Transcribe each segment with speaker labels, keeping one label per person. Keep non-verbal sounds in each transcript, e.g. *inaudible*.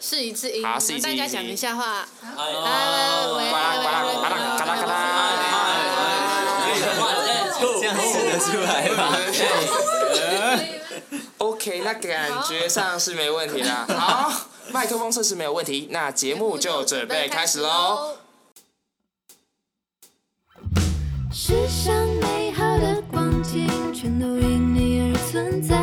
Speaker 1: 试一次音，
Speaker 2: 好试一次
Speaker 1: 大家讲一下话。
Speaker 2: 哦呱啦呱啦呱啦呱啦呱啦。
Speaker 3: 这样吃得出来
Speaker 2: *laughs*
Speaker 3: 吗？
Speaker 2: OK，那感觉上是没问题啦。好，麦克风测试没有问题，那节目就准备开始喽。。
Speaker 4: 世上美好的光景，全都因你而存在。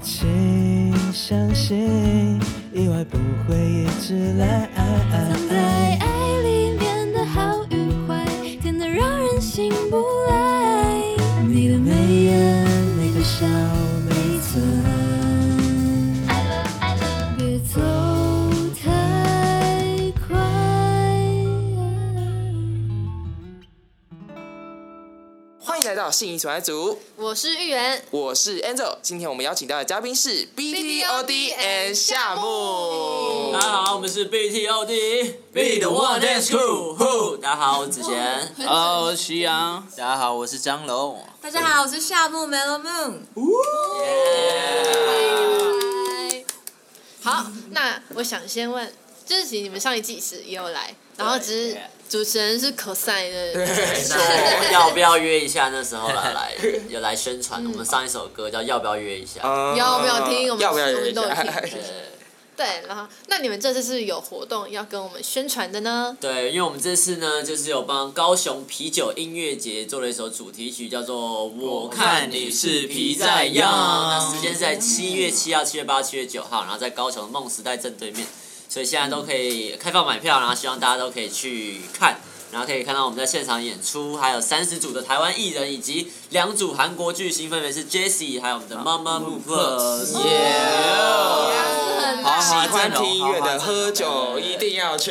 Speaker 5: 请相信，意外不会一直来。
Speaker 4: 藏在爱里面的好与坏，甜得让人醒不来。你的眉眼，你的笑，每寸。I love, I love。别走太快。啊
Speaker 2: 欢迎来到信义存爱组，
Speaker 1: 我是芋圆，
Speaker 2: 我是 Angel，今天我们邀请到的嘉宾是 BTOD and 夏木。
Speaker 3: 大家
Speaker 2: *laughs*
Speaker 3: 好，我们是 BTOD，Be the One Dance Crew。大家好，我是子贤。 *laughs*
Speaker 6: Hello，我是徐阳。
Speaker 3: 大家好，我是张龙。
Speaker 7: 大家好，我是夏木 Melo Moon。
Speaker 1: 好，那我想先问，这集你们上一季是也有来，然后只是主持人是 cosine 的，
Speaker 3: 那要不要约一下？那时候来来，有来宣传我们上一首歌叫《要不要约一下》。
Speaker 2: 哦
Speaker 1: 要不要听我们
Speaker 2: 要不要
Speaker 1: 我
Speaker 2: 有
Speaker 1: 们
Speaker 2: 一
Speaker 1: 都有听
Speaker 2: 下？
Speaker 1: 对，然后那你们这次是有活动要跟我们宣传的呢？
Speaker 3: 对，因为我们这次呢，就是有帮高雄啤酒音乐节做了一首主题曲，叫做《我看你是皮在样》。那时间是在七月七号、七月八、七月九号，然后在高雄的梦时代正对面，所以现在都可以开放买票，然后希望大家都可以去看。然后可以看到我们在现场演出，还有三十组的台湾艺人，以及两组韩国巨星，分别是 Jessie 还有我们的 Mama Mu Plus。
Speaker 1: 很
Speaker 6: 好好
Speaker 2: 喜欢听音乐的喝酒一定要去，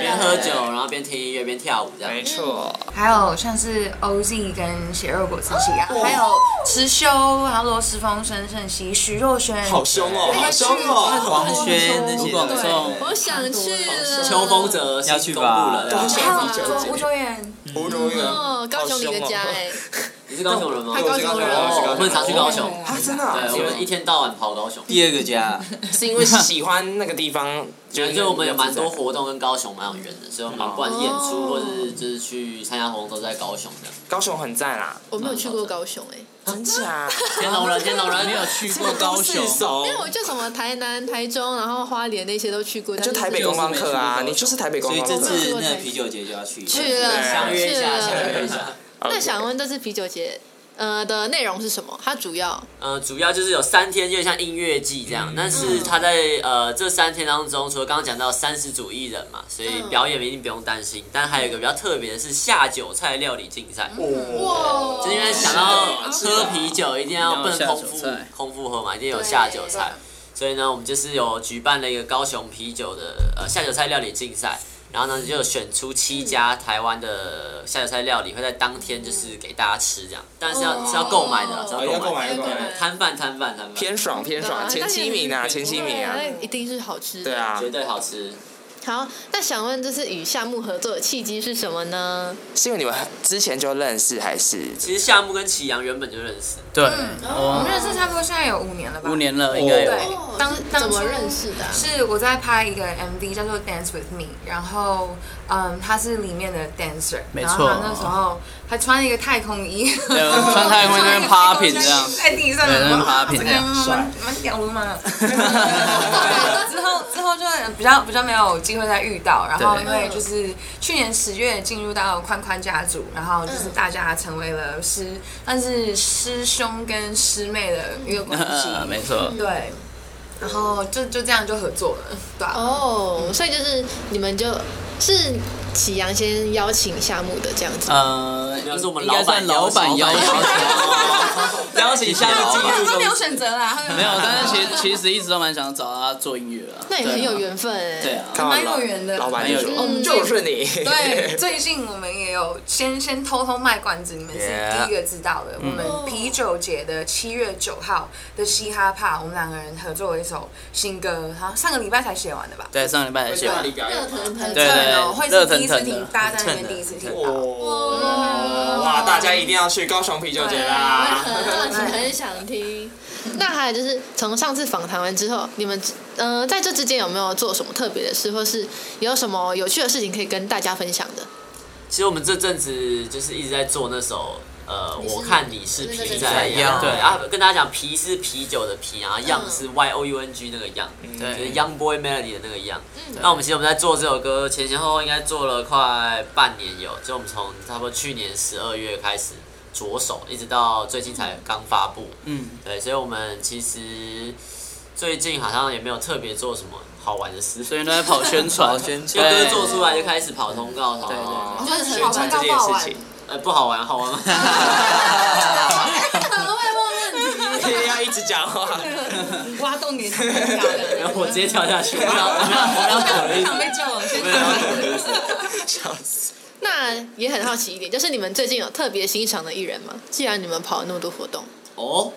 Speaker 3: 边喝酒，然后边听音乐，边跳舞，这样。
Speaker 2: 没错。
Speaker 7: 还有像是 OZ 跟血肉果子奇啊，还有池修，还有罗时丰、沈胜熙、徐若瑄，
Speaker 2: 好凶
Speaker 1: 哎
Speaker 2: 哦，好凶哦！
Speaker 6: 黄轩那些
Speaker 3: 如果
Speaker 6: 的
Speaker 3: 没
Speaker 6: 送
Speaker 1: 我想去了。
Speaker 3: 秋风泽
Speaker 6: 要去吧
Speaker 3: 公布了
Speaker 2: 对
Speaker 7: 还有卓吴卓源，
Speaker 2: 吴卓源，
Speaker 1: 哦，高雄你的家哎，
Speaker 3: 你是高雄人吗？
Speaker 1: 他高雄人哦
Speaker 3: 我们常去高雄。
Speaker 2: 啊，真的啊、
Speaker 3: 对，我们一天到晚跑高雄。
Speaker 6: 第二个家，
Speaker 2: 是因为喜欢那个地方，觉
Speaker 3: *laughs*
Speaker 2: 得
Speaker 3: 所以我们有蛮多活动跟高雄蛮有缘的，所以我们不管演出或者是就是去参加活动都在高雄
Speaker 6: 嗯
Speaker 3: 的。
Speaker 2: 高雄很赞啊啦，
Speaker 1: 我没有去过高雄哎，
Speaker 2: 真假？ *laughs*
Speaker 3: 天龙人，天龙人，
Speaker 6: 没有去过高
Speaker 3: *laughs*
Speaker 6: 雄，
Speaker 2: 熟
Speaker 1: 因为我就什么台南、台中，然后花莲那些都去过，
Speaker 2: 就台北观光客啊，你就是台北观
Speaker 6: 所以
Speaker 2: 光
Speaker 6: 这
Speaker 2: 客。
Speaker 6: 次那个啤酒节就要去。
Speaker 1: 去了，
Speaker 3: 相约
Speaker 1: 去
Speaker 3: 一下，相
Speaker 1: 了。
Speaker 3: 约一下。
Speaker 2: 嗯
Speaker 1: 那想问这次啤酒节，呃的内容是什么？它主要
Speaker 3: 呃，主要就是有三天，有点像音乐季这样。但是他在呃这三天当中，除了刚刚讲到三十组艺人嘛，所以表演一定不用担心。但还有一个比较特别的是下酒菜料理竞赛。
Speaker 1: 哇
Speaker 3: 就是因为想到喝啤酒一定要不能空
Speaker 6: 一
Speaker 3: 腹
Speaker 6: 定要有下酒菜
Speaker 3: 空腹喝嘛，一定有下酒菜，所以呢，我们就是有举办了一个高雄啤酒的呃下酒菜料理竞赛，然后呢就选出七家台湾的下酒菜料理会在当天就是给大家吃这样，但是要、是要购买的，是
Speaker 2: 哦要购
Speaker 3: 买
Speaker 2: 买，
Speaker 3: 的，
Speaker 2: 要购买。
Speaker 3: 摊贩摊贩摊贩，
Speaker 2: 偏爽偏爽，前七名啊，前七名啊，
Speaker 1: 那一定是好吃
Speaker 2: 对
Speaker 1: 的。
Speaker 2: 啊
Speaker 3: 绝，对好吃。
Speaker 1: 好，那想问这次与夏木合作的契机是什么呢？
Speaker 2: 是因为你们之前就认识还是？
Speaker 3: 其实夏木跟祁阳原本就认识，
Speaker 6: 对，
Speaker 5: 嗯
Speaker 7: 我
Speaker 6: 哦
Speaker 7: 们认识差不多现在有五年了吧？
Speaker 6: 五。年了，应该有
Speaker 7: 对。当
Speaker 1: 怎
Speaker 7: 当
Speaker 1: 么
Speaker 7: 初
Speaker 1: 认识的啊？
Speaker 7: 是我在拍一个 MV 叫做《Dance with Me》，然后嗯，他是里面的 dancer，
Speaker 6: 没
Speaker 7: 然后他
Speaker 6: 错
Speaker 7: 那时候还穿了一个太空衣，
Speaker 6: 对我们穿太
Speaker 7: *laughs*
Speaker 6: 空衣在那边 popping 这样
Speaker 7: 在地上
Speaker 6: 对在那边
Speaker 7: 哇
Speaker 6: popping
Speaker 7: 这
Speaker 6: 这样
Speaker 7: 个
Speaker 6: 帅
Speaker 7: 蛮蛮屌的
Speaker 6: *laughs*
Speaker 7: 嘛。对之后之后就比较比较没有机会再遇到，然后
Speaker 6: 对
Speaker 7: 因为就是去年十月进入到宽宽家族，然后就是大家成为了师，但是师兄跟师妹的一个关系，
Speaker 6: 呃， *laughs* 没
Speaker 5: 嗯
Speaker 6: 错，
Speaker 7: 对，然后就就这样就合作了，对啊。
Speaker 1: 哦，所以就是你们就是祁阳先邀请夏木的这样
Speaker 3: 啊
Speaker 1: 子。
Speaker 6: 呃，
Speaker 3: 没有是我们
Speaker 6: 应该
Speaker 3: 老
Speaker 6: 算
Speaker 3: 板
Speaker 6: 老板邀请，
Speaker 3: *laughs* 邀请夏木进入
Speaker 7: 他没
Speaker 3: 公
Speaker 7: 有啊
Speaker 3: 司。
Speaker 7: 选择啦，他
Speaker 6: 没有，但是其其实一直都蛮想找他做音乐啊。
Speaker 1: 那也很有缘分
Speaker 6: 对
Speaker 1: 哎。
Speaker 6: 啊。对
Speaker 2: 刚
Speaker 6: 啊，
Speaker 2: 好
Speaker 7: 蛮有缘的
Speaker 2: 老板就说：“
Speaker 6: 蛮有
Speaker 2: 哦，
Speaker 1: 缘
Speaker 2: 就是你。”
Speaker 7: 对，最近我们也有先先偷偷卖关子，你们是
Speaker 3: Yeah
Speaker 7: 第一个知道的。我们啤酒节的七月九号的嘻哈帕，我们两个人合作了一首新歌，好像上个礼拜才写完的吧？
Speaker 6: 对，上礼拜才写完。
Speaker 1: 热腾腾
Speaker 6: 对
Speaker 7: 对
Speaker 6: 对
Speaker 7: 哦，会
Speaker 6: 热
Speaker 7: 是
Speaker 6: 腾
Speaker 7: 第一次
Speaker 6: 腾的
Speaker 7: 听，大家在那
Speaker 3: 很蹭
Speaker 7: 边
Speaker 3: 的
Speaker 7: 第一次听到。
Speaker 2: 哦，哇，大家一定要去高雄啤酒节啦！
Speaker 1: 嗯很想听，很想听。那还有就是，从上次访谈完之后，你们嗯、呃在这之间有没有做什么特别的事，或是有什么有趣的事情可以跟大家分享的？
Speaker 3: 其实我们这阵子就是一直在做那首。呃，我看你是皮在
Speaker 6: 样
Speaker 3: 样，对啊，跟大家讲，啤是啤酒的啤，然后样是 Y O U N G 那个样，
Speaker 6: 嗯对
Speaker 3: 就是 Young Boy Melody 的那个样。那我们其实我们在做这首歌前前后后应该做了快半年有，就我们从差不多去年十二月开始着手，一直到最近才刚发布。
Speaker 6: 嗯，
Speaker 3: 对，所以我们其实最近好像也没有特别做什么好玩的事，
Speaker 6: 所以都在跑宣传，
Speaker 5: 宣
Speaker 3: *laughs* 就歌
Speaker 6: 对啊
Speaker 3: 做出来就开始跑通告，跑
Speaker 6: 对对
Speaker 7: 我
Speaker 3: 跑
Speaker 7: 觉得哦是
Speaker 2: 宣
Speaker 7: 好
Speaker 2: 传
Speaker 7: 玩
Speaker 2: 这
Speaker 7: 到
Speaker 2: 件
Speaker 7: 爆
Speaker 2: 事
Speaker 7: 玩。
Speaker 2: 情，
Speaker 5: 哎
Speaker 3: 呃，不好玩，好玩 *laughs* 吗？
Speaker 7: *laughs* 很会问 *laughs* 问题，
Speaker 2: *laughs* 要一直讲话。
Speaker 7: 挖洞给他们跳
Speaker 3: 然
Speaker 7: 的。
Speaker 3: 后我直接跳下去，我们要我 *laughs*
Speaker 7: *laughs*
Speaker 3: 们要我们要躲的意思
Speaker 7: 想被救，先
Speaker 3: 我们要躲的意思。
Speaker 2: *laughs*
Speaker 1: 那也很好奇一点，就是你们最近有特别欣赏的艺人吗？既然你们跑了那么多活动，
Speaker 3: 哦，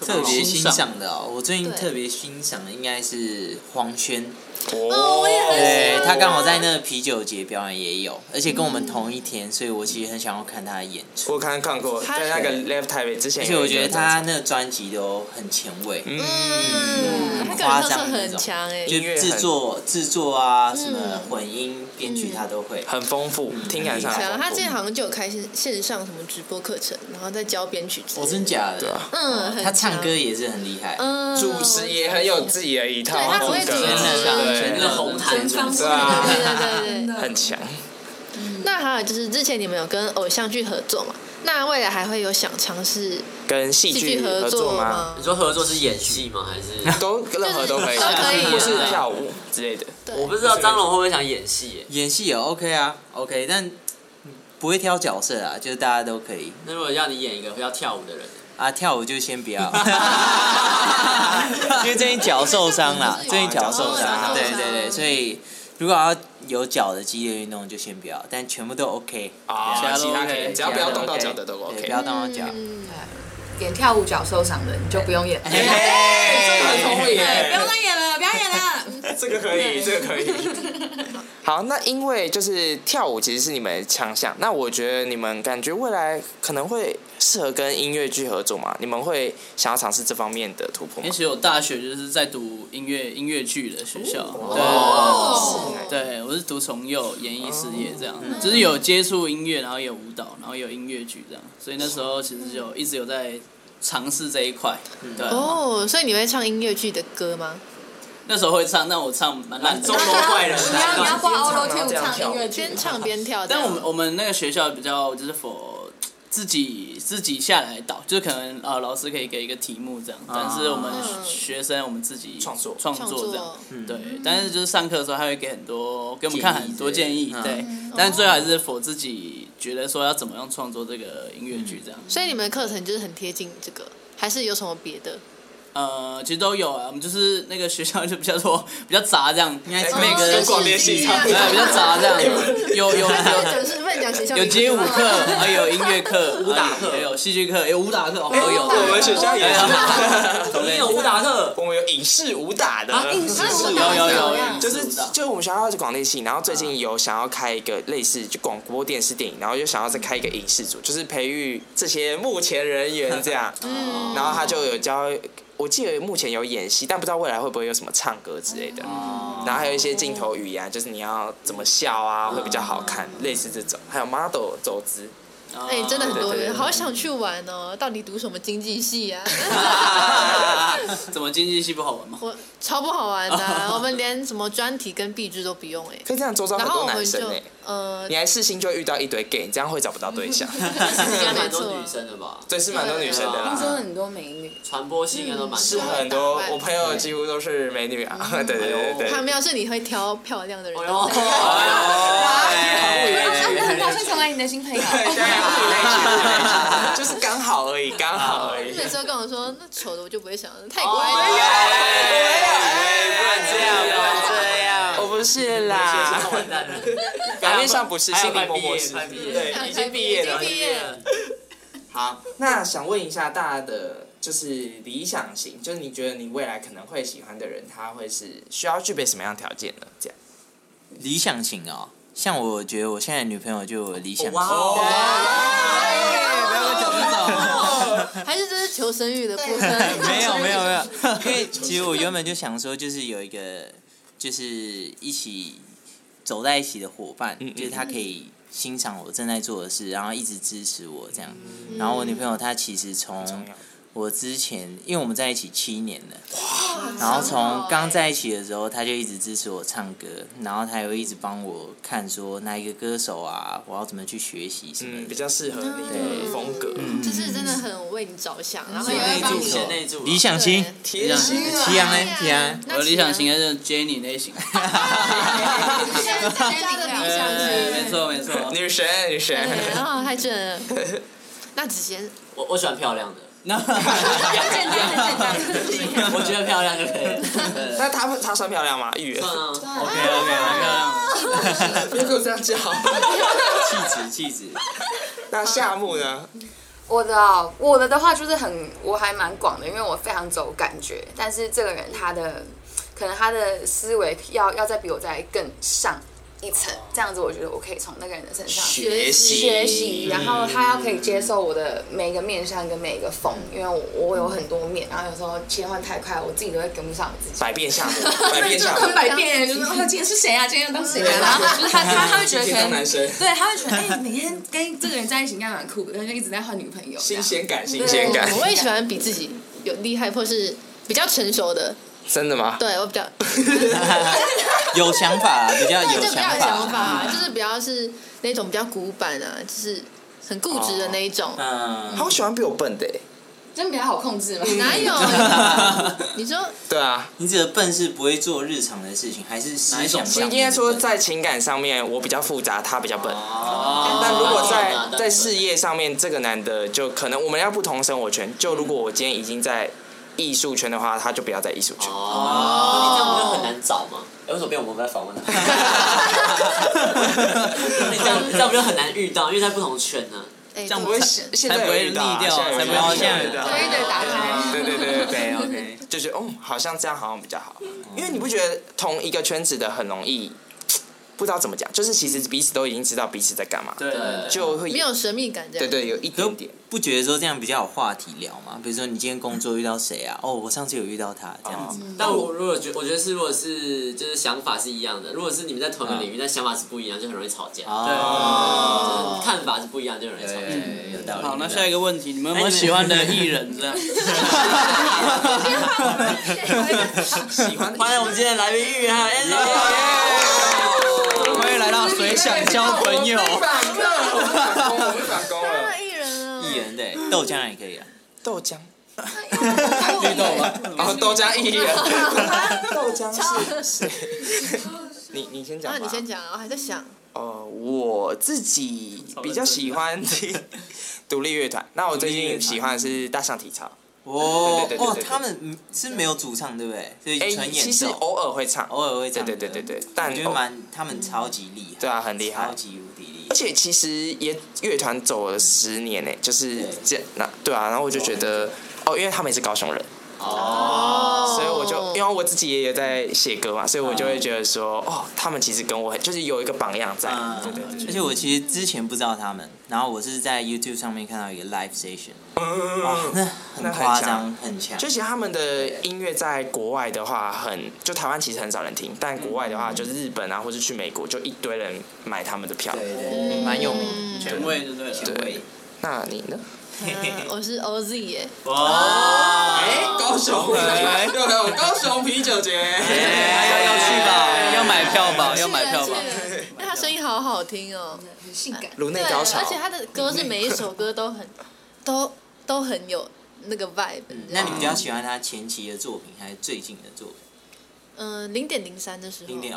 Speaker 5: 特别欣
Speaker 6: 欣
Speaker 5: 赏的哦，我最近
Speaker 1: 对
Speaker 5: 特别欣赏的应该是黄轩，
Speaker 1: 哦我也很
Speaker 5: 对他刚好在那个啤酒节表演也有，而且跟我们同一天，所以我其实很想要看他的演出，
Speaker 2: 我刚刚看过，在那个 Left Taipei 之前
Speaker 5: 而且
Speaker 2: 有
Speaker 5: 我
Speaker 2: 一个
Speaker 5: 觉
Speaker 2: 这
Speaker 5: 得
Speaker 2: 样子，
Speaker 5: 他那个专辑都很前卫，
Speaker 1: 嗯，他个人特色很强哎、
Speaker 5: 就
Speaker 2: 音乐很
Speaker 5: 制作制作啊，什
Speaker 1: 嗯
Speaker 5: 么混音编曲他都会。
Speaker 2: 很丰富，听感上很
Speaker 1: 对啊，
Speaker 2: 丰
Speaker 1: 他
Speaker 2: 富
Speaker 1: 之前好像就有开线线上什么直播课程，然后再教编曲之类
Speaker 5: 哦，
Speaker 1: 的
Speaker 5: 真假的？
Speaker 2: 对啊
Speaker 1: 嗯
Speaker 5: 哦
Speaker 1: 很
Speaker 5: 他唱
Speaker 1: 强
Speaker 5: 歌也是很厉害。
Speaker 1: 嗯，
Speaker 2: 主持也很有自己的一套
Speaker 1: 对他很
Speaker 2: 风
Speaker 1: 会主
Speaker 2: 格，
Speaker 1: 持
Speaker 3: 真
Speaker 2: 对
Speaker 3: 的红毯主持
Speaker 2: 对啊
Speaker 1: 对对对对。
Speaker 2: 很强。
Speaker 1: 那还有就是之前你们有跟偶像剧合作嘛？那未来还会有想尝试
Speaker 2: 跟戏
Speaker 1: 戏
Speaker 2: 剧
Speaker 1: 剧
Speaker 2: 合
Speaker 1: 作
Speaker 2: 作吗？？
Speaker 3: 你说合作是演戏吗？还是
Speaker 2: 都任何都可以，
Speaker 1: 都可以
Speaker 2: 或是
Speaker 1: 对
Speaker 2: 跳舞之类的。
Speaker 1: 对，
Speaker 3: 我不知道张龙会不会想演戏耶？
Speaker 5: 演戏也 OK 啊，OK，但不会挑角色啊，就是大家都可以
Speaker 3: 那如果让你演一个要跳舞的人，
Speaker 5: 啊。跳舞就先不要，因为最近脚受伤了，最近脚
Speaker 1: 哦
Speaker 5: 受伤，
Speaker 1: 脚受
Speaker 5: 对
Speaker 1: 伤
Speaker 5: 对对，所以如果要有脚的激烈运动就先不要，但全部都 OK，
Speaker 2: 啊，
Speaker 6: 其他都
Speaker 2: 其他可
Speaker 6: OK，
Speaker 2: 以，只要不要动到
Speaker 5: 其
Speaker 2: 脚
Speaker 5: 他
Speaker 2: 的
Speaker 5: 都
Speaker 2: 都
Speaker 5: 对
Speaker 2: OK
Speaker 5: 不。要动到脚。
Speaker 1: 嗯，
Speaker 7: 演跳舞脚受伤的，你就不用 *laughs* 演。
Speaker 5: 嘿
Speaker 7: 对，
Speaker 2: 哎这个很聪明
Speaker 7: 不用
Speaker 2: 耶，
Speaker 7: 再演 *laughs* 了，不要演了。
Speaker 2: *laughs* 这个可以，这个可以。 *laughs* 好，那因为就是跳舞其实是你们的强项，那我觉得你们感觉未来可能会适合跟音乐剧合作嘛？你们会想要尝试这方面的突破吗
Speaker 6: 也？许我大学就是在读音乐音乐剧的学校，
Speaker 1: 哦
Speaker 6: 对，对我是读从幼演艺事业这样，只是有接触音乐，然后有舞蹈，然后有音乐剧这样，所以那时候其实就一直有在尝试这一块，对，
Speaker 1: 哦，所以你会唱音乐剧的歌吗？
Speaker 6: 那时候会唱，但我唱蛮烂的
Speaker 3: 中。国坏人，
Speaker 7: 你要你要挂欧罗
Speaker 2: 然后这
Speaker 7: Q
Speaker 2: 样
Speaker 7: 唱
Speaker 2: 跳
Speaker 7: 音乐剧
Speaker 1: 边，唱边跳啊这样，
Speaker 6: 但我们我们那个学校比较就是否自己自己下来导，就是可能呃老师可以给一个题目这样，
Speaker 5: 啊
Speaker 6: 但是我们
Speaker 1: 嗯
Speaker 6: 学生我们自己
Speaker 2: 创作
Speaker 6: 创
Speaker 1: 创
Speaker 6: 作这样
Speaker 1: 作。
Speaker 5: 嗯
Speaker 6: 对，但是就是上课的时候，他会给很多给我们看很多建议
Speaker 5: 建议，之类的
Speaker 6: 对，
Speaker 5: 嗯
Speaker 1: 嗯
Speaker 6: 但最后还是否自己觉得说要怎么样创作这个音乐剧这样，
Speaker 5: 嗯
Speaker 1: 所以你们的课程就是很贴近这个，还是有什么别的？
Speaker 6: 呃，其实都有啊，我们就是那个学校就比较多比较杂这样，
Speaker 5: 应该是
Speaker 1: 每个人
Speaker 2: 跟广电系差不
Speaker 6: 对，比较
Speaker 2: 多。
Speaker 6: 杂这
Speaker 5: *laughs*
Speaker 6: 样，有有有
Speaker 1: 是不能讲学校
Speaker 6: 有街舞课，还有音乐课，
Speaker 3: 舞蹈课
Speaker 6: 还有戏剧课，有舞蹈课，哦都有，
Speaker 2: 我们学校也是，
Speaker 3: 你有舞蹈课，
Speaker 2: 我们有影哦视武打的。
Speaker 1: 是
Speaker 6: 有有有
Speaker 1: 有，
Speaker 2: 就是就我们学校是广电系，然后最近有想要开一个类似就广播电视电影，然后又想要再开一个影视组，就是培育这些幕前人员这
Speaker 1: *laughs*
Speaker 2: 样。
Speaker 1: 嗯
Speaker 2: 然后他就有教，我记得目前有演戏，但不知道未来会不会有什么唱歌之类的。
Speaker 1: 哦
Speaker 2: 然后还有一些镜头语言啊，就是你要怎么笑啊，会比较好看，类似这种。还有 model 走姿，
Speaker 1: 哎、真的很多
Speaker 2: 对对
Speaker 1: 人，
Speaker 2: 对
Speaker 1: 好想去玩哦！到底读什么经济系
Speaker 2: *laughs*
Speaker 1: 啊？
Speaker 6: 怎么经济系不好玩吗？
Speaker 1: 我超不好玩的啊、我们连什么专题跟必制都不用哎、
Speaker 2: 可以这样周遭
Speaker 1: 然
Speaker 2: *laughs* 很
Speaker 1: 后
Speaker 2: 多
Speaker 1: 我
Speaker 2: 男
Speaker 1: 们
Speaker 2: 生
Speaker 1: 就
Speaker 2: 哎、
Speaker 1: 呃
Speaker 2: 你，还试新就会遇到一堆 gay，你这样会找不到对
Speaker 1: *laughs*
Speaker 2: 象。
Speaker 3: 应该蛮
Speaker 1: 没
Speaker 3: 多
Speaker 1: 错
Speaker 3: 女，生的吧？
Speaker 2: 对，是蛮多女生的
Speaker 3: 对啊
Speaker 7: 听
Speaker 2: 啦，
Speaker 7: 说很多美女，
Speaker 3: 传播性应该都蛮
Speaker 2: 是
Speaker 3: 多的。
Speaker 2: 很多我朋友几乎都是美女啊，*laughs*
Speaker 3: 嗯
Speaker 2: 对对对对
Speaker 1: 他
Speaker 2: 对。
Speaker 1: 没有是你会挑漂亮的人
Speaker 3: 哎
Speaker 1: 的，
Speaker 3: 呦，哎呦，
Speaker 7: 那很高兴成为你的新朋友。
Speaker 2: 对啊，对就是刚好而已，刚好而已
Speaker 1: 你。每次都跟我说那丑的我就不会想，太乖了。
Speaker 2: 我不是
Speaker 3: 学
Speaker 2: 啦
Speaker 3: 生，完蛋了，
Speaker 2: 表面上不是，心里默默是。
Speaker 3: 快毕业，
Speaker 2: 对，已经毕业了
Speaker 1: 已。经毕业了
Speaker 2: 好，那想问一下大家的，就是理想型，就是你觉得你未来可能会喜欢的人，他会是需要具备什么样条件呢？这样。
Speaker 5: 理想型哦，像我觉
Speaker 3: 哦
Speaker 5: 得我现在的女朋友就有理想型。
Speaker 3: 哇哦！
Speaker 5: 不要讲这种
Speaker 1: 还是这是求生欲的部
Speaker 5: 没
Speaker 1: 分？
Speaker 5: 有
Speaker 6: *laughs*
Speaker 5: 没有没有，因为其实我原本就想说，就是有一个就是一起走在一起的伙伴，就是他可以欣赏我正在做的事，然后一直支持我这样。然后我女朋友她其实从我之前，因为我们在一起七年了，然后从刚在一起的时候，她就一直支持我唱歌，然后她又一直帮我看说哪一个歌手啊，我要怎么去学习什么
Speaker 2: 嗯，比
Speaker 5: 的。
Speaker 2: 较适合你
Speaker 3: 嗯
Speaker 2: 的风格。
Speaker 1: 就是真的很为你着想，然后也
Speaker 3: 内
Speaker 1: 会帮
Speaker 3: 助
Speaker 1: 你
Speaker 3: 贤内助，
Speaker 5: 理想型，
Speaker 2: 贴心
Speaker 1: 对
Speaker 5: 齐阳呢？齐阳，
Speaker 1: 那
Speaker 6: 啊我的理想型
Speaker 1: 其
Speaker 6: 还是 Jenny 类
Speaker 5: *laughs*
Speaker 6: 型， *laughs*
Speaker 1: 他呢大家的理想
Speaker 6: 对，
Speaker 1: 型
Speaker 6: 没，错没错，
Speaker 2: 女神，女神，
Speaker 3: 啊
Speaker 1: 对，哦，太正了。那子贤，
Speaker 3: 我我喜欢漂亮的，
Speaker 5: *laughs* 那
Speaker 7: 简单很简单。
Speaker 3: 我觉得漂亮就可以了。
Speaker 2: *laughs* 那她她算漂亮吗？玉圆，
Speaker 3: 嗯，
Speaker 5: OK OK
Speaker 2: 不要跟我 *laughs* 这样讲。
Speaker 5: OK，气质气质，
Speaker 2: 那夏木呢？
Speaker 7: 我的哦，我的的话就是很，我还蛮广的，因为我非常走感觉。但是这个人他的，可能他的思维要要再比我再更上一层，这样子我觉得我可以从那个人的身上
Speaker 2: 学习
Speaker 7: 学习，嗯然后他要可以接受我的每一个面相跟每一个风，因为我我有很多面，然后有时候切换太快，我自己都会跟不上我自己。
Speaker 2: 百变夏木，百变夏
Speaker 7: 很
Speaker 2: 木，
Speaker 7: 百变，就是他今天是谁啊？今天当谁啊？然后就是他他他会觉得可
Speaker 2: 天
Speaker 7: 能
Speaker 2: 当男生，
Speaker 7: 对，他会觉得哎、每天跟这个人在一起应该蛮酷的，他就一直在换女朋友。这
Speaker 2: 新
Speaker 7: 样
Speaker 2: 鲜感，新鲜感，
Speaker 1: 我也喜欢比自己有厉害或是比较成熟的，
Speaker 2: 真的吗？
Speaker 1: 对我比较，
Speaker 5: 有想法，比较
Speaker 1: 对，
Speaker 5: 有
Speaker 1: 就比较有
Speaker 5: 法
Speaker 1: 想。法，就是比较是那种比较古板啊，就是很固执的那一种。
Speaker 5: 嗯， *laughs*
Speaker 2: 好喜欢比我笨的欸，
Speaker 7: 真比较好控制嘛。啊
Speaker 1: 哪
Speaker 7: *laughs*
Speaker 1: 有？你说
Speaker 2: 对啊，
Speaker 5: 你指的笨是不会做日常的事情，还是思想上？
Speaker 2: 应该说在情感上面我比较复杂，他比较笨。
Speaker 5: 哦，
Speaker 2: 但如果
Speaker 3: 哦
Speaker 2: 在在事业上面，这个男的就可能我们要不同生活圈。就如果我今天已经在艺术圈的话，他就不要在艺术圈。
Speaker 3: 哦，你这样不就很难找吗？哎，为什么变我们在访问他？
Speaker 2: *laughs*
Speaker 3: 你这样这样不就很难遇到，因为在不同圈呢。
Speaker 1: 哎，
Speaker 6: 这样
Speaker 1: 对
Speaker 6: 不会
Speaker 2: 现现
Speaker 6: 才
Speaker 2: 在
Speaker 6: 不会
Speaker 2: 有遇到啊
Speaker 6: 腻掉啊
Speaker 2: 现
Speaker 6: 才
Speaker 2: 在有
Speaker 6: 不
Speaker 2: 遇到
Speaker 6: 会
Speaker 2: 现在有
Speaker 6: 腻
Speaker 2: 遇到
Speaker 6: 掉
Speaker 7: 对对，打开。
Speaker 2: 对对对对对
Speaker 1: *laughs*
Speaker 5: OK，
Speaker 2: 就觉得嗯，好像这样好像比较好，因为你不觉得同一个圈子的很容易不知道怎么讲，就是其实彼此都已经知道彼此在干嘛，
Speaker 6: 对对对，
Speaker 2: 就会
Speaker 1: 没有神秘感这
Speaker 2: 对
Speaker 1: 样。
Speaker 2: 对有一
Speaker 5: 都
Speaker 2: 点点。
Speaker 5: 不觉得说这样比较有话题聊嘛？比如说你今天工作遇到谁啊？哦，我上次有遇到他这样子。
Speaker 3: 但我如果觉，我觉得是，如果是就是想法是一样的，如果是你们在同一个领域，但想法是不一样，就很容易吵架。
Speaker 5: 哦，
Speaker 3: 看法是不一样，就很容易吵
Speaker 5: 对
Speaker 3: 架。
Speaker 5: 对，有道理。哎
Speaker 6: 好，那
Speaker 5: 有道
Speaker 6: 下一
Speaker 5: 理
Speaker 6: 个问题，你们有没有喜欢的艺人
Speaker 5: *laughs*
Speaker 6: 这样？
Speaker 3: *laughs*
Speaker 2: 喜欢
Speaker 3: 欢迎我们今天的来宾玉云还有 Angel。
Speaker 6: 欢迎来到水想交朋友。
Speaker 2: 反攻，我们反攻，我们反攻了。
Speaker 1: 艺人啊，
Speaker 5: 艺人对豆浆也可以啊。
Speaker 2: 豆浆，
Speaker 6: 绿豆吗？
Speaker 2: 然后豆浆艺人，豆浆是谁？你你先讲
Speaker 1: 那
Speaker 2: 吧。
Speaker 1: 你先讲，我还在想。
Speaker 2: 呃，我自己比较喜欢听独立乐团，那我最近喜欢的是大象体操。
Speaker 5: 哦
Speaker 2: 对对对对
Speaker 5: 哦
Speaker 2: 对，对
Speaker 5: 他们嗯是没有主唱对不对？所以
Speaker 2: 哎、
Speaker 5: 纯
Speaker 2: 其
Speaker 5: 演
Speaker 2: 实
Speaker 5: 奏，
Speaker 2: 偶尔会唱，
Speaker 5: 偶尔会这样。
Speaker 2: 对对对对对但
Speaker 5: 我觉得蛮他们超级厉害。
Speaker 2: 对啊，很厉害
Speaker 5: 超。级无敌厉
Speaker 2: 而
Speaker 5: 害。
Speaker 2: 且其实也乐团走了十年呢、就是这那对啊，然后我就觉得哦，因为他们也是高雄人，
Speaker 1: 哦，
Speaker 2: 所以我就因为我自己也有在写歌嘛，所以我就会觉得说哦，他们其实跟我很就是有一个榜样在，
Speaker 5: 嗯
Speaker 2: 对对对，
Speaker 5: 而且我其实之前不知道他们，然后我是在 YouTube 上面看到一个 live station，哇，
Speaker 2: 嗯，
Speaker 5: 那很夸张，很强。
Speaker 2: 就其实他们的音乐在国外的话很，就台湾其实很少人听，但国外的话，就是日本啊，或是去美国，就一堆人买他们的票。
Speaker 5: 对对对，蛮有名的。
Speaker 6: 前卫就对了。
Speaker 2: 对，那你呢？
Speaker 1: 嗯我是 OZ 耶，
Speaker 3: 哦
Speaker 5: 哇，
Speaker 2: 哎，高雄人，又有高雄啤酒节，
Speaker 6: 哎要要去吧，要买票吧，要
Speaker 1: 去
Speaker 6: 买票
Speaker 1: 了去
Speaker 6: 吧。
Speaker 1: 了。那他声音好好听哦，
Speaker 7: 很性感。
Speaker 2: 颅内
Speaker 1: 对，
Speaker 2: 高潮
Speaker 1: 而，且他的歌是每一首歌都很，都都很有那个 vibe 你知
Speaker 5: 那
Speaker 1: 道
Speaker 5: 你
Speaker 1: 吗。
Speaker 5: 比较喜欢他前期的作品还是最近的作品？
Speaker 1: 嗯，零点零三的时候，
Speaker 5: 零点
Speaker 1: 嗯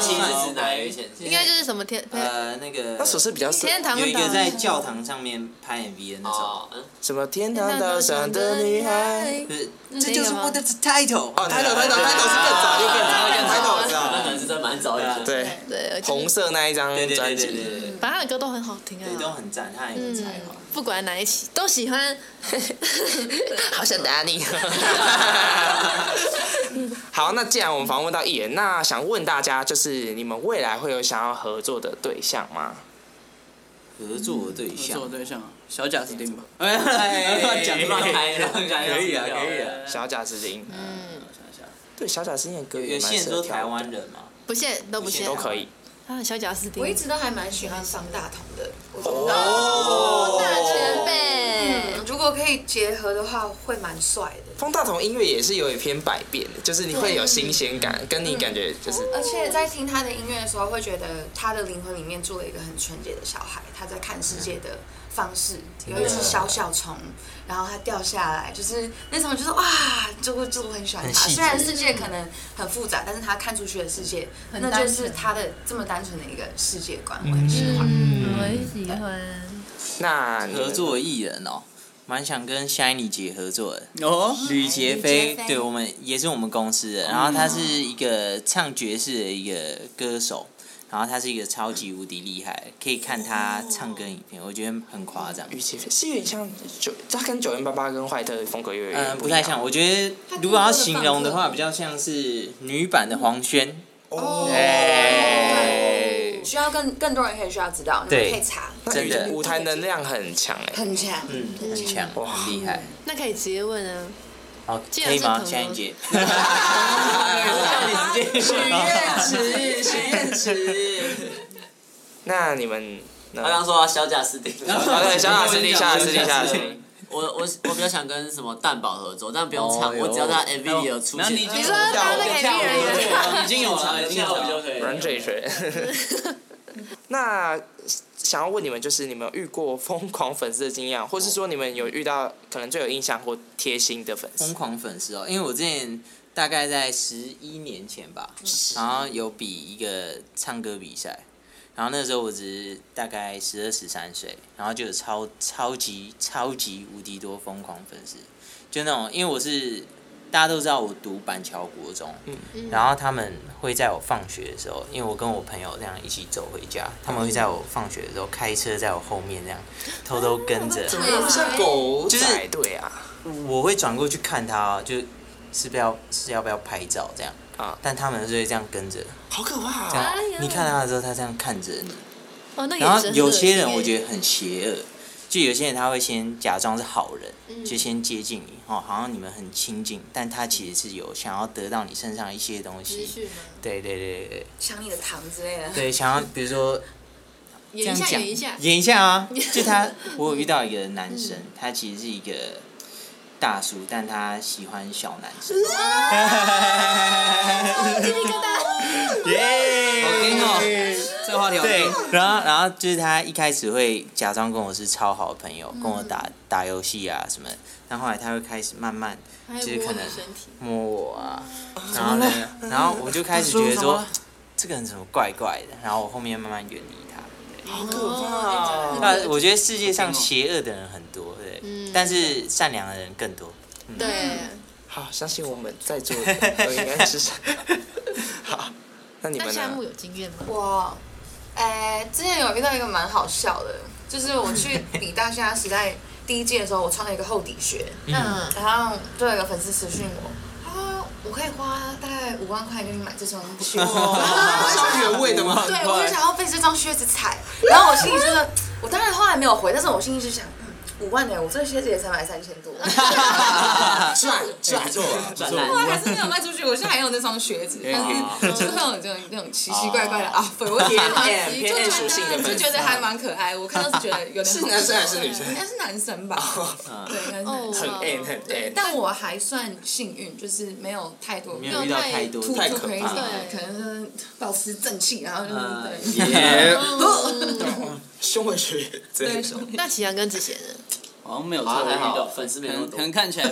Speaker 3: 前期是啊指哪一个前期？
Speaker 1: 应该就是什么天天
Speaker 5: 呃那个
Speaker 2: 那首是比较深
Speaker 1: 天堂
Speaker 5: 有
Speaker 1: 岛
Speaker 5: 一个在教堂上面拍 MV 的那首，
Speaker 3: 哦，嗯
Speaker 2: 什么天堂岛上的女孩。
Speaker 5: 不是，
Speaker 1: 嗯个
Speaker 5: 这就是
Speaker 1: 吗
Speaker 5: 我的 title
Speaker 2: 哦，抬头抬头抬头是更早，又更早，
Speaker 1: 啊
Speaker 2: 抬头我知
Speaker 3: 那
Speaker 2: 道。
Speaker 3: 可能是真的蛮早一点。
Speaker 2: 对，
Speaker 1: 对，而且
Speaker 2: 红色那一张
Speaker 5: 对对对
Speaker 2: 专
Speaker 5: 对对对
Speaker 2: 辑，
Speaker 5: 对，
Speaker 1: 反正他的歌都很好听
Speaker 5: 对都
Speaker 1: 啊。
Speaker 5: 很赞，他很有才华。
Speaker 1: 不管哪一期都喜
Speaker 5: *laughs*
Speaker 1: 欢，
Speaker 2: 好想打你。 *laughs* 好，那既然我们访问到艺人，那想问大家，就是你们未来会有想要合作的对象吗？
Speaker 5: 合作对
Speaker 6: 合作
Speaker 5: 象，
Speaker 6: 对象啊小贾斯汀吧，
Speaker 5: 哎
Speaker 3: 讲乱开了，
Speaker 5: 可以啊，可以啊。
Speaker 2: 小贾斯汀，
Speaker 1: 嗯，
Speaker 2: 对小贾斯汀的歌也
Speaker 5: 有
Speaker 2: 蛮
Speaker 5: 限
Speaker 2: 适合
Speaker 5: 说
Speaker 2: 跳的
Speaker 5: 台湾人嘛，
Speaker 1: 不限都不限，
Speaker 2: 都可以。
Speaker 1: 啊，小贾斯汀
Speaker 7: 我一直都还蛮喜欢方大同的，我觉得哦，大前辈，
Speaker 1: 辈，
Speaker 7: 嗯如果可以结合的话，会蛮帅的。
Speaker 2: 方大同音乐也是有点偏百变的，就是你会有新鲜
Speaker 5: 嗯
Speaker 2: 感，跟你感觉就是
Speaker 5: 哦
Speaker 7: 而且在听他的音乐的时候，会觉得他的灵魂里面住了一个很纯洁的小孩，他在看世界的方
Speaker 8: 嗯
Speaker 7: 式，有一只小小虫，然后它掉下来，就是那种就是哇，就我就我很喜欢
Speaker 5: 很
Speaker 7: 他。
Speaker 5: 细致
Speaker 7: 虽然世界可能很复杂，但是他看出去的世界，
Speaker 8: 很
Speaker 7: 那
Speaker 8: 单
Speaker 7: 就是
Speaker 8: 纯
Speaker 7: 他的这么单纯的一个世界观，我很喜欢。
Speaker 8: 嗯，我也喜欢。
Speaker 2: 那你们
Speaker 5: 合作艺人哦，蛮想跟 Shiny 姐合作的。
Speaker 6: 哦，
Speaker 5: 吕杰
Speaker 7: 吕
Speaker 5: 飞
Speaker 7: 杰飞，
Speaker 5: 对我们也是我们公司的，然后他是一个唱爵士的一个歌手，然后他是一个超级无敌厉害，可以看他唱歌影片，我觉得很夸张。
Speaker 2: 与其是有点像九，它跟九零八八跟坏特的风格又有
Speaker 5: 嗯，
Speaker 2: 点
Speaker 5: 不
Speaker 2: 一样
Speaker 5: 太像，我觉得如果要形容的话，比较像是女版的黄轩。
Speaker 2: 哦。
Speaker 5: 哎，
Speaker 7: 需要更更多人可以需要知道，你们
Speaker 5: 对
Speaker 7: 可以查，
Speaker 2: 那
Speaker 5: 真的
Speaker 2: 舞台能量很强哎，
Speaker 7: 很强。
Speaker 5: 嗯，很强，
Speaker 2: 哇
Speaker 5: 很厉害。
Speaker 1: 那可以直接问
Speaker 5: *laughs*
Speaker 1: 啊。
Speaker 5: 好，
Speaker 1: 既
Speaker 5: 可
Speaker 1: 然
Speaker 5: 以
Speaker 1: 是
Speaker 5: 吗？
Speaker 1: 朋友
Speaker 5: 下一节。 *laughs*
Speaker 3: 池，许愿池。
Speaker 2: 那你们呢
Speaker 3: 他？刚说啊小贾斯汀，
Speaker 2: 啊，对，小贾斯汀，小贾斯汀，小贾斯汀
Speaker 6: 对。
Speaker 3: 我我我比较想跟什么蛋堡合作，但不用
Speaker 5: 哦
Speaker 3: 唱，我只要他 MV 有出
Speaker 6: 然后
Speaker 3: 现。
Speaker 6: 你
Speaker 1: 你说他那个 MV 人员
Speaker 6: 已经有了，已经有了。
Speaker 2: 软嘴唇。那想要问你们，就是你们有遇过疯狂粉丝的经验，或是说你们有遇到可能最有印象或贴心的粉
Speaker 5: 疯
Speaker 2: 丝？
Speaker 5: 狂粉丝哦，因为我之前大概在十一年前吧，然后有比一个唱歌比赛，然后那时候我只是大概十二十三岁，然后就有超超级超级无敌多疯狂粉丝，就那种因为我是大家都知道我读板桥国中，然后他们会在我放学的时候，因为我跟我朋友这样一起走回家，他们会在我放学的时候开车在我后面这样偷偷跟着，
Speaker 2: 怎么那么像狗仔？
Speaker 5: 就是
Speaker 2: 对啊，
Speaker 5: 我会转过去看他，就是不要是要不要拍照这样
Speaker 2: 啊
Speaker 5: 但他们是会这样跟着，
Speaker 2: 好可怕
Speaker 5: 这样、
Speaker 2: 哦！
Speaker 5: 你看他的时候，他这样看着你。
Speaker 1: 哦，那个
Speaker 5: 然后有些人我
Speaker 1: 得
Speaker 5: 觉得很邪恶，就有些人他会先假装是好人，就先接近你哦，好像你们很亲近，但他其实是有想要得到你身上一些东西。对对对对对
Speaker 7: 像你的糖之类的，
Speaker 5: 对，想要比如说这
Speaker 1: 演
Speaker 5: 样
Speaker 1: 一下，
Speaker 5: 讲，
Speaker 1: 演一下，
Speaker 5: 演一下啊！就他，我有遇到一个男生，他其实是一个大叔，但他喜欢小男生。耶！
Speaker 6: 我跟你讲，这话题好
Speaker 5: 哦对
Speaker 6: 听。，
Speaker 5: 然后然后就是他一开始会假装跟我是超好的朋友，跟我打打游戏啊什么的，但后来他会开始慢慢就是可能
Speaker 1: 身体，
Speaker 5: 摸我啊，然后呢，然后我就开始觉得
Speaker 6: 怎么
Speaker 5: 说
Speaker 6: 了
Speaker 5: 这个人怎么怪怪的，然后我后面慢慢远离他。
Speaker 2: 好可怕哦！
Speaker 5: 那我觉得世界上邪恶的人很多，对，但是善良的人更多。
Speaker 1: 对，
Speaker 2: 好，相信我们在座的都应该是好。那你
Speaker 1: 那
Speaker 2: 们
Speaker 1: 夏
Speaker 2: 呢
Speaker 1: 木？有经验吗？
Speaker 7: 我，哎、之前有遇到一个蛮好笑的，就是我去理大虾时代第一季的时候，我穿了一个厚底鞋，
Speaker 1: 嗯，
Speaker 7: 然后就有一个粉丝私讯我，他说我可以花大概五万块给你买这双靴，然后我就想
Speaker 2: 原味的吗？
Speaker 7: 对，我就想要被这双靴子踩，然后我心里就是，我当然后来没有回，但是我心里就想，嗯，五万呢、我这个靴子也才买三千多。
Speaker 2: 赚赚
Speaker 5: 不错啊
Speaker 3: 转烂
Speaker 7: 后 *laughs* 来还是没有卖出去，我现在还有那双靴子，
Speaker 2: 哎
Speaker 7: 但是 *laughs* 就是会有这种那种奇奇怪怪的啊，粉我天
Speaker 2: *laughs* 偏哦偏偏属性的粉丝啊
Speaker 7: 就觉得还蛮可爱。我看到是觉得有点好
Speaker 2: 是男生还是女生？
Speaker 7: 应该是男生吧，对，应该是男
Speaker 1: 哦
Speaker 7: 生。
Speaker 2: 很哎 N 很
Speaker 7: 对
Speaker 2: N，，
Speaker 7: 但我还算幸运，就是没有太多
Speaker 5: 没有遇到太多
Speaker 7: 突突
Speaker 2: 太
Speaker 5: 的
Speaker 2: 可
Speaker 7: 可以
Speaker 2: 怕嗯
Speaker 1: 了
Speaker 7: 可能就是保持正气，然后就是对。
Speaker 5: 耶
Speaker 2: 胸文学之类
Speaker 7: 对
Speaker 2: 的，
Speaker 1: 那齐阳跟子贤呢？
Speaker 6: 好像没有
Speaker 3: 好
Speaker 6: 错，
Speaker 3: 像还好，
Speaker 6: 可
Speaker 3: 粉丝没那么
Speaker 6: 能
Speaker 3: 多
Speaker 6: 可。能看起来没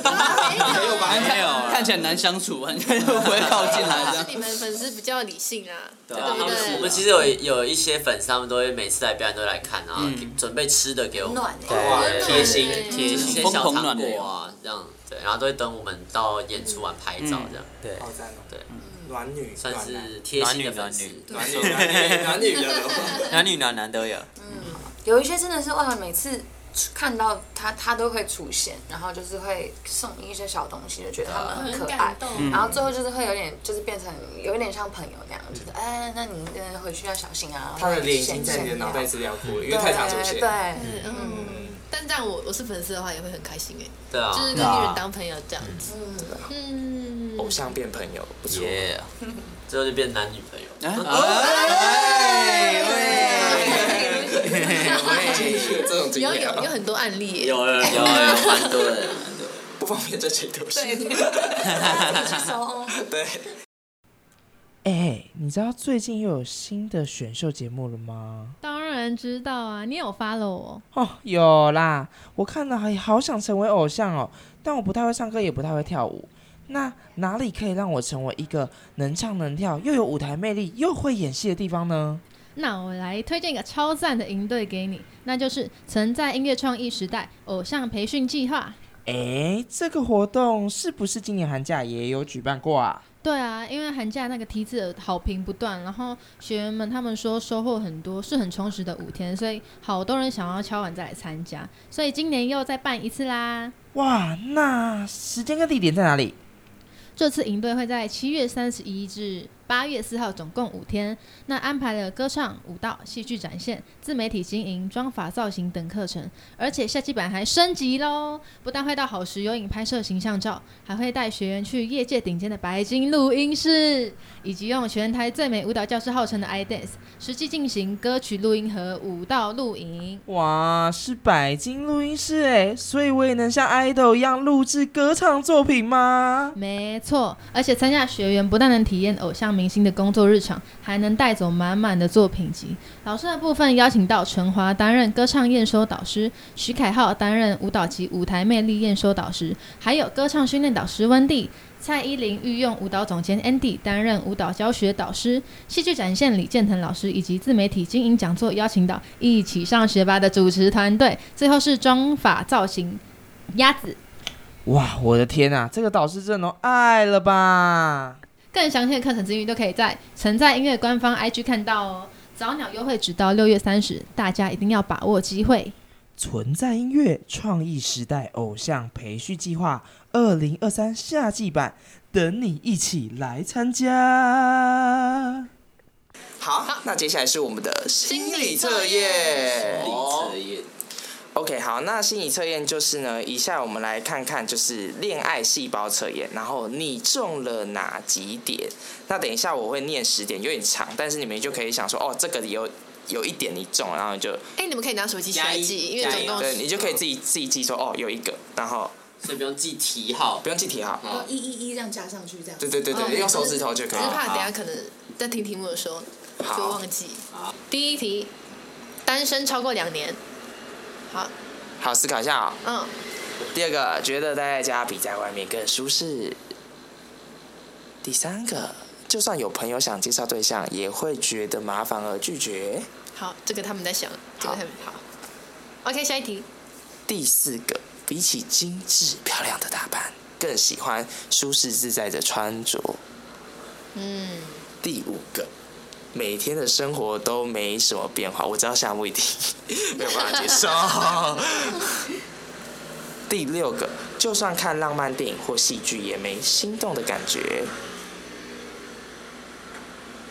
Speaker 6: 有吧，没有，看起来难相处， *laughs* 很多人不会靠近来
Speaker 1: 是
Speaker 6: 的。
Speaker 1: 你们粉丝比较理性啊，对
Speaker 3: 啊
Speaker 1: 不
Speaker 3: 他们我们
Speaker 1: 对？
Speaker 3: 其实有有一些粉丝，他们都会每次来表演都会来看，然后给准备吃的给我们，
Speaker 7: 暖欸
Speaker 3: 哇
Speaker 5: 对
Speaker 3: 贴
Speaker 1: 心
Speaker 3: 就
Speaker 1: 贴
Speaker 3: 是一些
Speaker 6: 疯
Speaker 3: 小
Speaker 6: 狂
Speaker 3: 糖
Speaker 6: 暖流
Speaker 3: 果啊这样，对，然后都会等我们到演出完拍照这样，
Speaker 5: 对，
Speaker 2: 好赞哦！
Speaker 3: 对，
Speaker 2: 暖女，
Speaker 3: 算
Speaker 2: 暖男
Speaker 3: 是贴心的粉丝
Speaker 5: 暖女。
Speaker 2: 暖女，暖女，暖女人哦。
Speaker 5: 男女男男都有。
Speaker 7: 有一些真的是哇，每次看到他，他都会出现，然后就是会送一些小东西，就觉得他们很可爱。
Speaker 6: 嗯
Speaker 2: 嗯
Speaker 7: 然后最后就是会有点，就是变成有一点像朋友那样，就是哎，那你呃回去要小心啊。
Speaker 2: 嗯他的脸已经在你的脑袋资料库了，因为太常出
Speaker 7: 对
Speaker 2: 现。
Speaker 7: 对，
Speaker 1: 嗯，但这样我我是粉丝的话也会很开心哎，
Speaker 3: 对啊
Speaker 1: 就是跟艺人当朋友这样子。
Speaker 6: 啊
Speaker 1: 嗯，
Speaker 2: 偶像变朋友，不错。
Speaker 3: 耶，最后就变男女朋友。哎
Speaker 1: *laughs*
Speaker 2: 我也建议有这种经
Speaker 1: 有
Speaker 2: 验
Speaker 1: 有有
Speaker 2: 啊，
Speaker 1: 很多案例耶，
Speaker 3: 有了有
Speaker 5: 有
Speaker 3: 了
Speaker 5: 有蛮多的，蛮多的。
Speaker 2: 不方便在这里多说。对，
Speaker 8: 哎、你知道最近又有新的选秀节目了吗？
Speaker 9: 当然知道啊，你有 follow 我？
Speaker 8: 哦，有啦，我看了还好想成为偶像哦，但我不太会唱歌，也不太会跳舞。那哪里可以让我成为一个能唱能跳，又有舞台魅力，又会演戏的地方呢？
Speaker 9: 那我来推荐一个超赞的营队给你，那就是曾在音乐创意时代偶像培训计划。
Speaker 8: 哎、这个活动是不是今年寒假也有举办过啊？
Speaker 9: 对啊，因为寒假那个梯子的好评不断，然后学员们他们说收获很多，是很充实的五天，所以好多人想要敲完再来参加，所以今年又再办一次啦。
Speaker 8: 哇，那时间跟地点在哪里？
Speaker 9: 这次营队会在七月三十一至八月四号，总共五天。那安排了歌唱、舞蹈、戏剧展现、自媒体经营、妆发造型等课程，而且夏季版还升级喽！不但会到好时有影拍摄形象照，还会带学员去业界顶尖的白金录音室，以及用全台最美舞蹈教室号称的 iDance 实际进行歌曲录音和舞蹈录影。
Speaker 8: 哇，是百金录音室哎，所以我也能像 idol 一样录制歌唱作品吗？
Speaker 9: 没错，而且参加学员不但能体验偶像明星的工作日常，还能带走满满的作品集。老师的部分邀请到陈华担任歌唱验收导师，徐凯浩担任舞蹈及舞台魅力验收导师，还有歌唱训练导师温蒂。蔡依林御用舞蹈总监 Andy 担任舞蹈教学导师，戏剧展现李建腾老师以及自媒体经营讲座邀请到一起上学吧的主持团队，最后是妆发造型鸭子
Speaker 8: 哇，我的天呐、这个导师阵容爱了吧？
Speaker 9: 更详细的课程资讯都可以在曾在音乐官方 IG 看到哦。早鸟优惠直到六月三十，大家一定要把握机会。
Speaker 8: 存在音乐创意时代偶像培训计划二零二三夏季版，等你一起来参加。
Speaker 2: 好，那接下来是我们的心理测验。
Speaker 5: 理测验
Speaker 2: OK，好，那心理测验就是呢，以下我们来看看就是恋爱细胞测验，然后你中了哪几点？那等一下我会念十点，有点长，但是你们就可以想说，哦，这个有有一点你中了，然后你就
Speaker 1: 哎，你们可以拿手机起来记，因为总共
Speaker 2: 对你就可以自己自己记说，哦，有一个，然后
Speaker 3: 所以不用记题号
Speaker 2: 不。用记题哈。
Speaker 7: 然后一一一这样加上去，这样
Speaker 2: 对对对
Speaker 1: 哦
Speaker 2: 对，用手指头就可
Speaker 1: 只
Speaker 2: 以
Speaker 1: 是
Speaker 2: 了。
Speaker 1: 怕等一下可能在听题目的时候就
Speaker 2: 好
Speaker 1: 忘记。第一题，单身超过两年。好，
Speaker 2: 好，思考一下啊、
Speaker 1: 嗯，
Speaker 2: 第二个，觉得待在家比在外面更舒适。第三个，就算有朋友想介绍对象，也会觉得麻烦而拒绝。
Speaker 1: 好，这个他们在想，这个他们好。OK，下一题，
Speaker 2: 第四个，比起精致漂亮的打扮，更喜欢舒适自在的穿着。
Speaker 1: 嗯，
Speaker 2: 第五个，每天的生活都没什么变化。我知道夏目一定 *laughs* 没有办法接受。 *laughs* 第六个，就算看浪漫电影或戏剧，也没心动的感觉。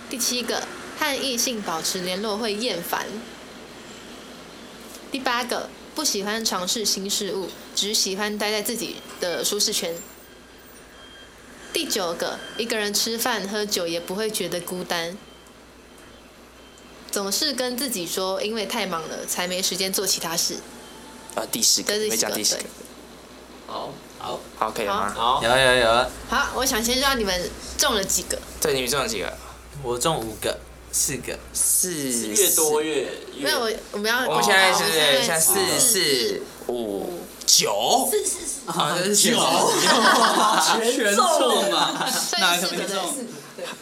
Speaker 1: 第七个，和异性保持联络会厌烦。第八个，不喜欢尝试新事物，只喜欢待在自己的舒适圈。第九个，一个人吃饭喝酒也不会觉得孤单，总是跟自己说，因为太忙了，才没时间做其他事。
Speaker 2: 啊，第十个
Speaker 1: 这是
Speaker 2: 没讲
Speaker 1: 第
Speaker 2: 第
Speaker 1: 十
Speaker 2: 十
Speaker 1: 个
Speaker 2: 个，
Speaker 3: 好，好，
Speaker 2: 好，可以了吗？
Speaker 3: 好，
Speaker 5: *laughs* 有有有，
Speaker 1: 好，我想先让你们中了几个，
Speaker 2: 对，你们中了几个？
Speaker 5: 我中五个，四个，
Speaker 2: 四，
Speaker 3: 越多越越
Speaker 1: 没有我我们要
Speaker 2: 我们现在是
Speaker 1: 我
Speaker 2: 不
Speaker 1: 们
Speaker 2: 是现在四四五九？四四四啊，这是九。
Speaker 6: 全中嘛，
Speaker 1: 所
Speaker 6: 哪
Speaker 1: 以
Speaker 6: 个
Speaker 1: 四
Speaker 6: 没
Speaker 1: 个
Speaker 6: 中？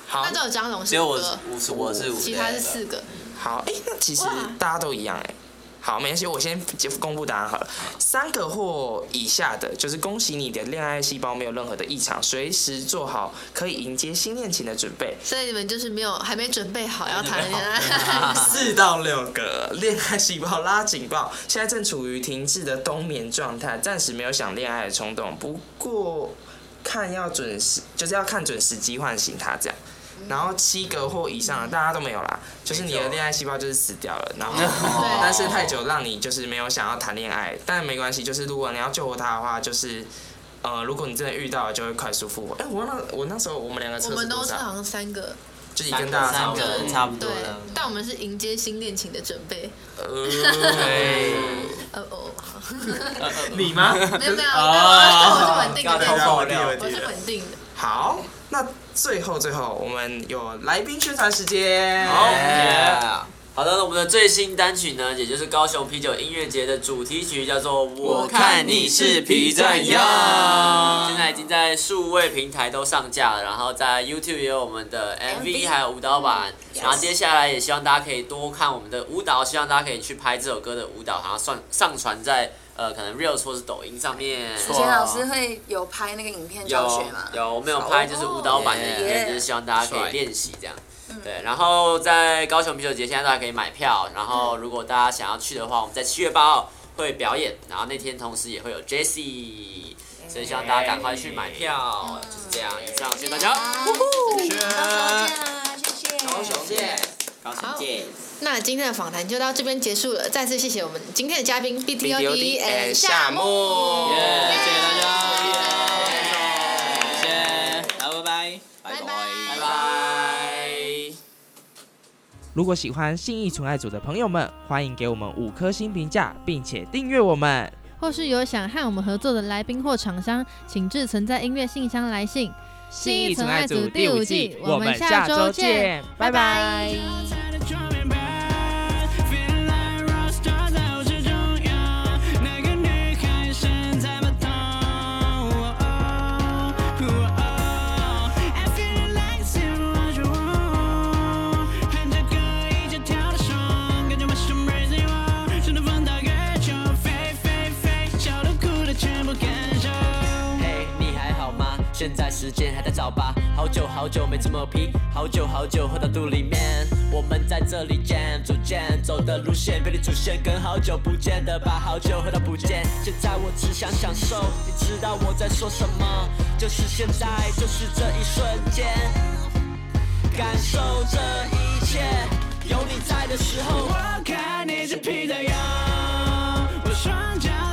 Speaker 2: 好
Speaker 1: 那，只有张龙
Speaker 5: 只
Speaker 1: 是
Speaker 5: 有
Speaker 1: 五
Speaker 5: 我
Speaker 1: 个，
Speaker 5: 我是我是五
Speaker 1: 其他是
Speaker 5: 的，
Speaker 1: 四个。
Speaker 2: 好，哎，那其实大家都一样哎。好，没关系，我先公布答案好了。三个或以下的，就是恭喜你的恋爱细胞没有任何的异常，随时做好可以迎接新恋情的准备。
Speaker 1: 所以你们就是没有还没准备好要谈恋 *laughs* 爱。
Speaker 2: 四到六个恋爱细胞拉警报，现在正处于停滞的冬眠状态，暂时没有想恋爱的冲动。不过看要准时，就是要看准时机唤醒他这样。然后七个或以上的大家都没有啦，就是你的恋爱细胞就是死掉了，然后但是太久让你就是没有想要谈恋爱，但没关系，就是如果你要救活他的话，就是呃，如果你真的遇到了，就会快速复活。哎，我那我那时候我们两个
Speaker 1: 我
Speaker 2: 测试
Speaker 1: 们
Speaker 2: 多
Speaker 1: 都是
Speaker 2: 少？
Speaker 1: 好像三个，
Speaker 2: 就是跟大家差
Speaker 5: 三
Speaker 2: 不
Speaker 5: 个
Speaker 2: 多。嗯
Speaker 5: 差不多
Speaker 1: 对啊
Speaker 5: 了。，
Speaker 1: 但我们是迎接新恋情的准备。
Speaker 2: 呃
Speaker 1: 哦 *laughs* 哦，好
Speaker 2: 你吗？
Speaker 1: *laughs* 没有没有，但我是稳定的
Speaker 2: 要
Speaker 1: 对
Speaker 2: 跳
Speaker 1: 象，
Speaker 2: 爆料
Speaker 1: 我是稳定的。
Speaker 2: 好，那最后最后我们有来宾宣传时间。
Speaker 3: 好，yeah 好的，那我们的最新单曲呢，也就是高雄啤酒音乐节的主题曲，叫做《我看你是皮在样》，现在已经在数位平台都上架了，然后在 YouTube 也有我们的 MV 还有舞蹈版，然后接下来也希望大家可以多看我们的舞蹈，希望大家可以去拍这首歌的舞蹈，然后上上传在呃可能 Reels 或是抖音上面。
Speaker 7: 以前老师会有拍那个影片教
Speaker 3: 有
Speaker 7: 学吗？
Speaker 3: 有，我们有拍就是舞蹈版的影片，
Speaker 7: 耶
Speaker 3: 就是希望大家可
Speaker 5: 帅
Speaker 3: 以练习这样。对，然后在高雄啤酒节现在大家可以买票，然后如果大家想要去的话，我们在七月八号会表演，然后那天同时也会有 Jesse，所以希望大家赶快去买票，就是这样。以上，谢谢大家，
Speaker 5: 高雄见，高雄见，
Speaker 1: 那今天的访谈就到这边结束了，再次谢谢我们今天的嘉宾 B T O D
Speaker 2: BDOD
Speaker 1: and
Speaker 2: and
Speaker 1: 夏
Speaker 2: 夏
Speaker 1: 木。
Speaker 2: 木。
Speaker 6: 谢谢大家，谢谢，好，拜拜。
Speaker 5: 拜
Speaker 3: 拜拜。
Speaker 8: 如果喜欢信义纯爱组的朋友们，欢迎给我们五颗星评价，并且订阅我们。
Speaker 9: 或是有想和我们合作的来宾或厂商，请至存在音乐信箱来信。信义存爱组第五季我们下周见拜拜
Speaker 10: 嘿，你还好吗？现在时间还在早吧？好久好久没这么皮，好久好久喝到肚里面。我们在这里见，组见，走的路线被你主线，跟好久不见的把好久喝到不见。现在我只想享受，你知道我在说什么？就是现在，就是这一瞬间，感受这一切。有你在的时候，我看你是皮的样，我双脚
Speaker 4: E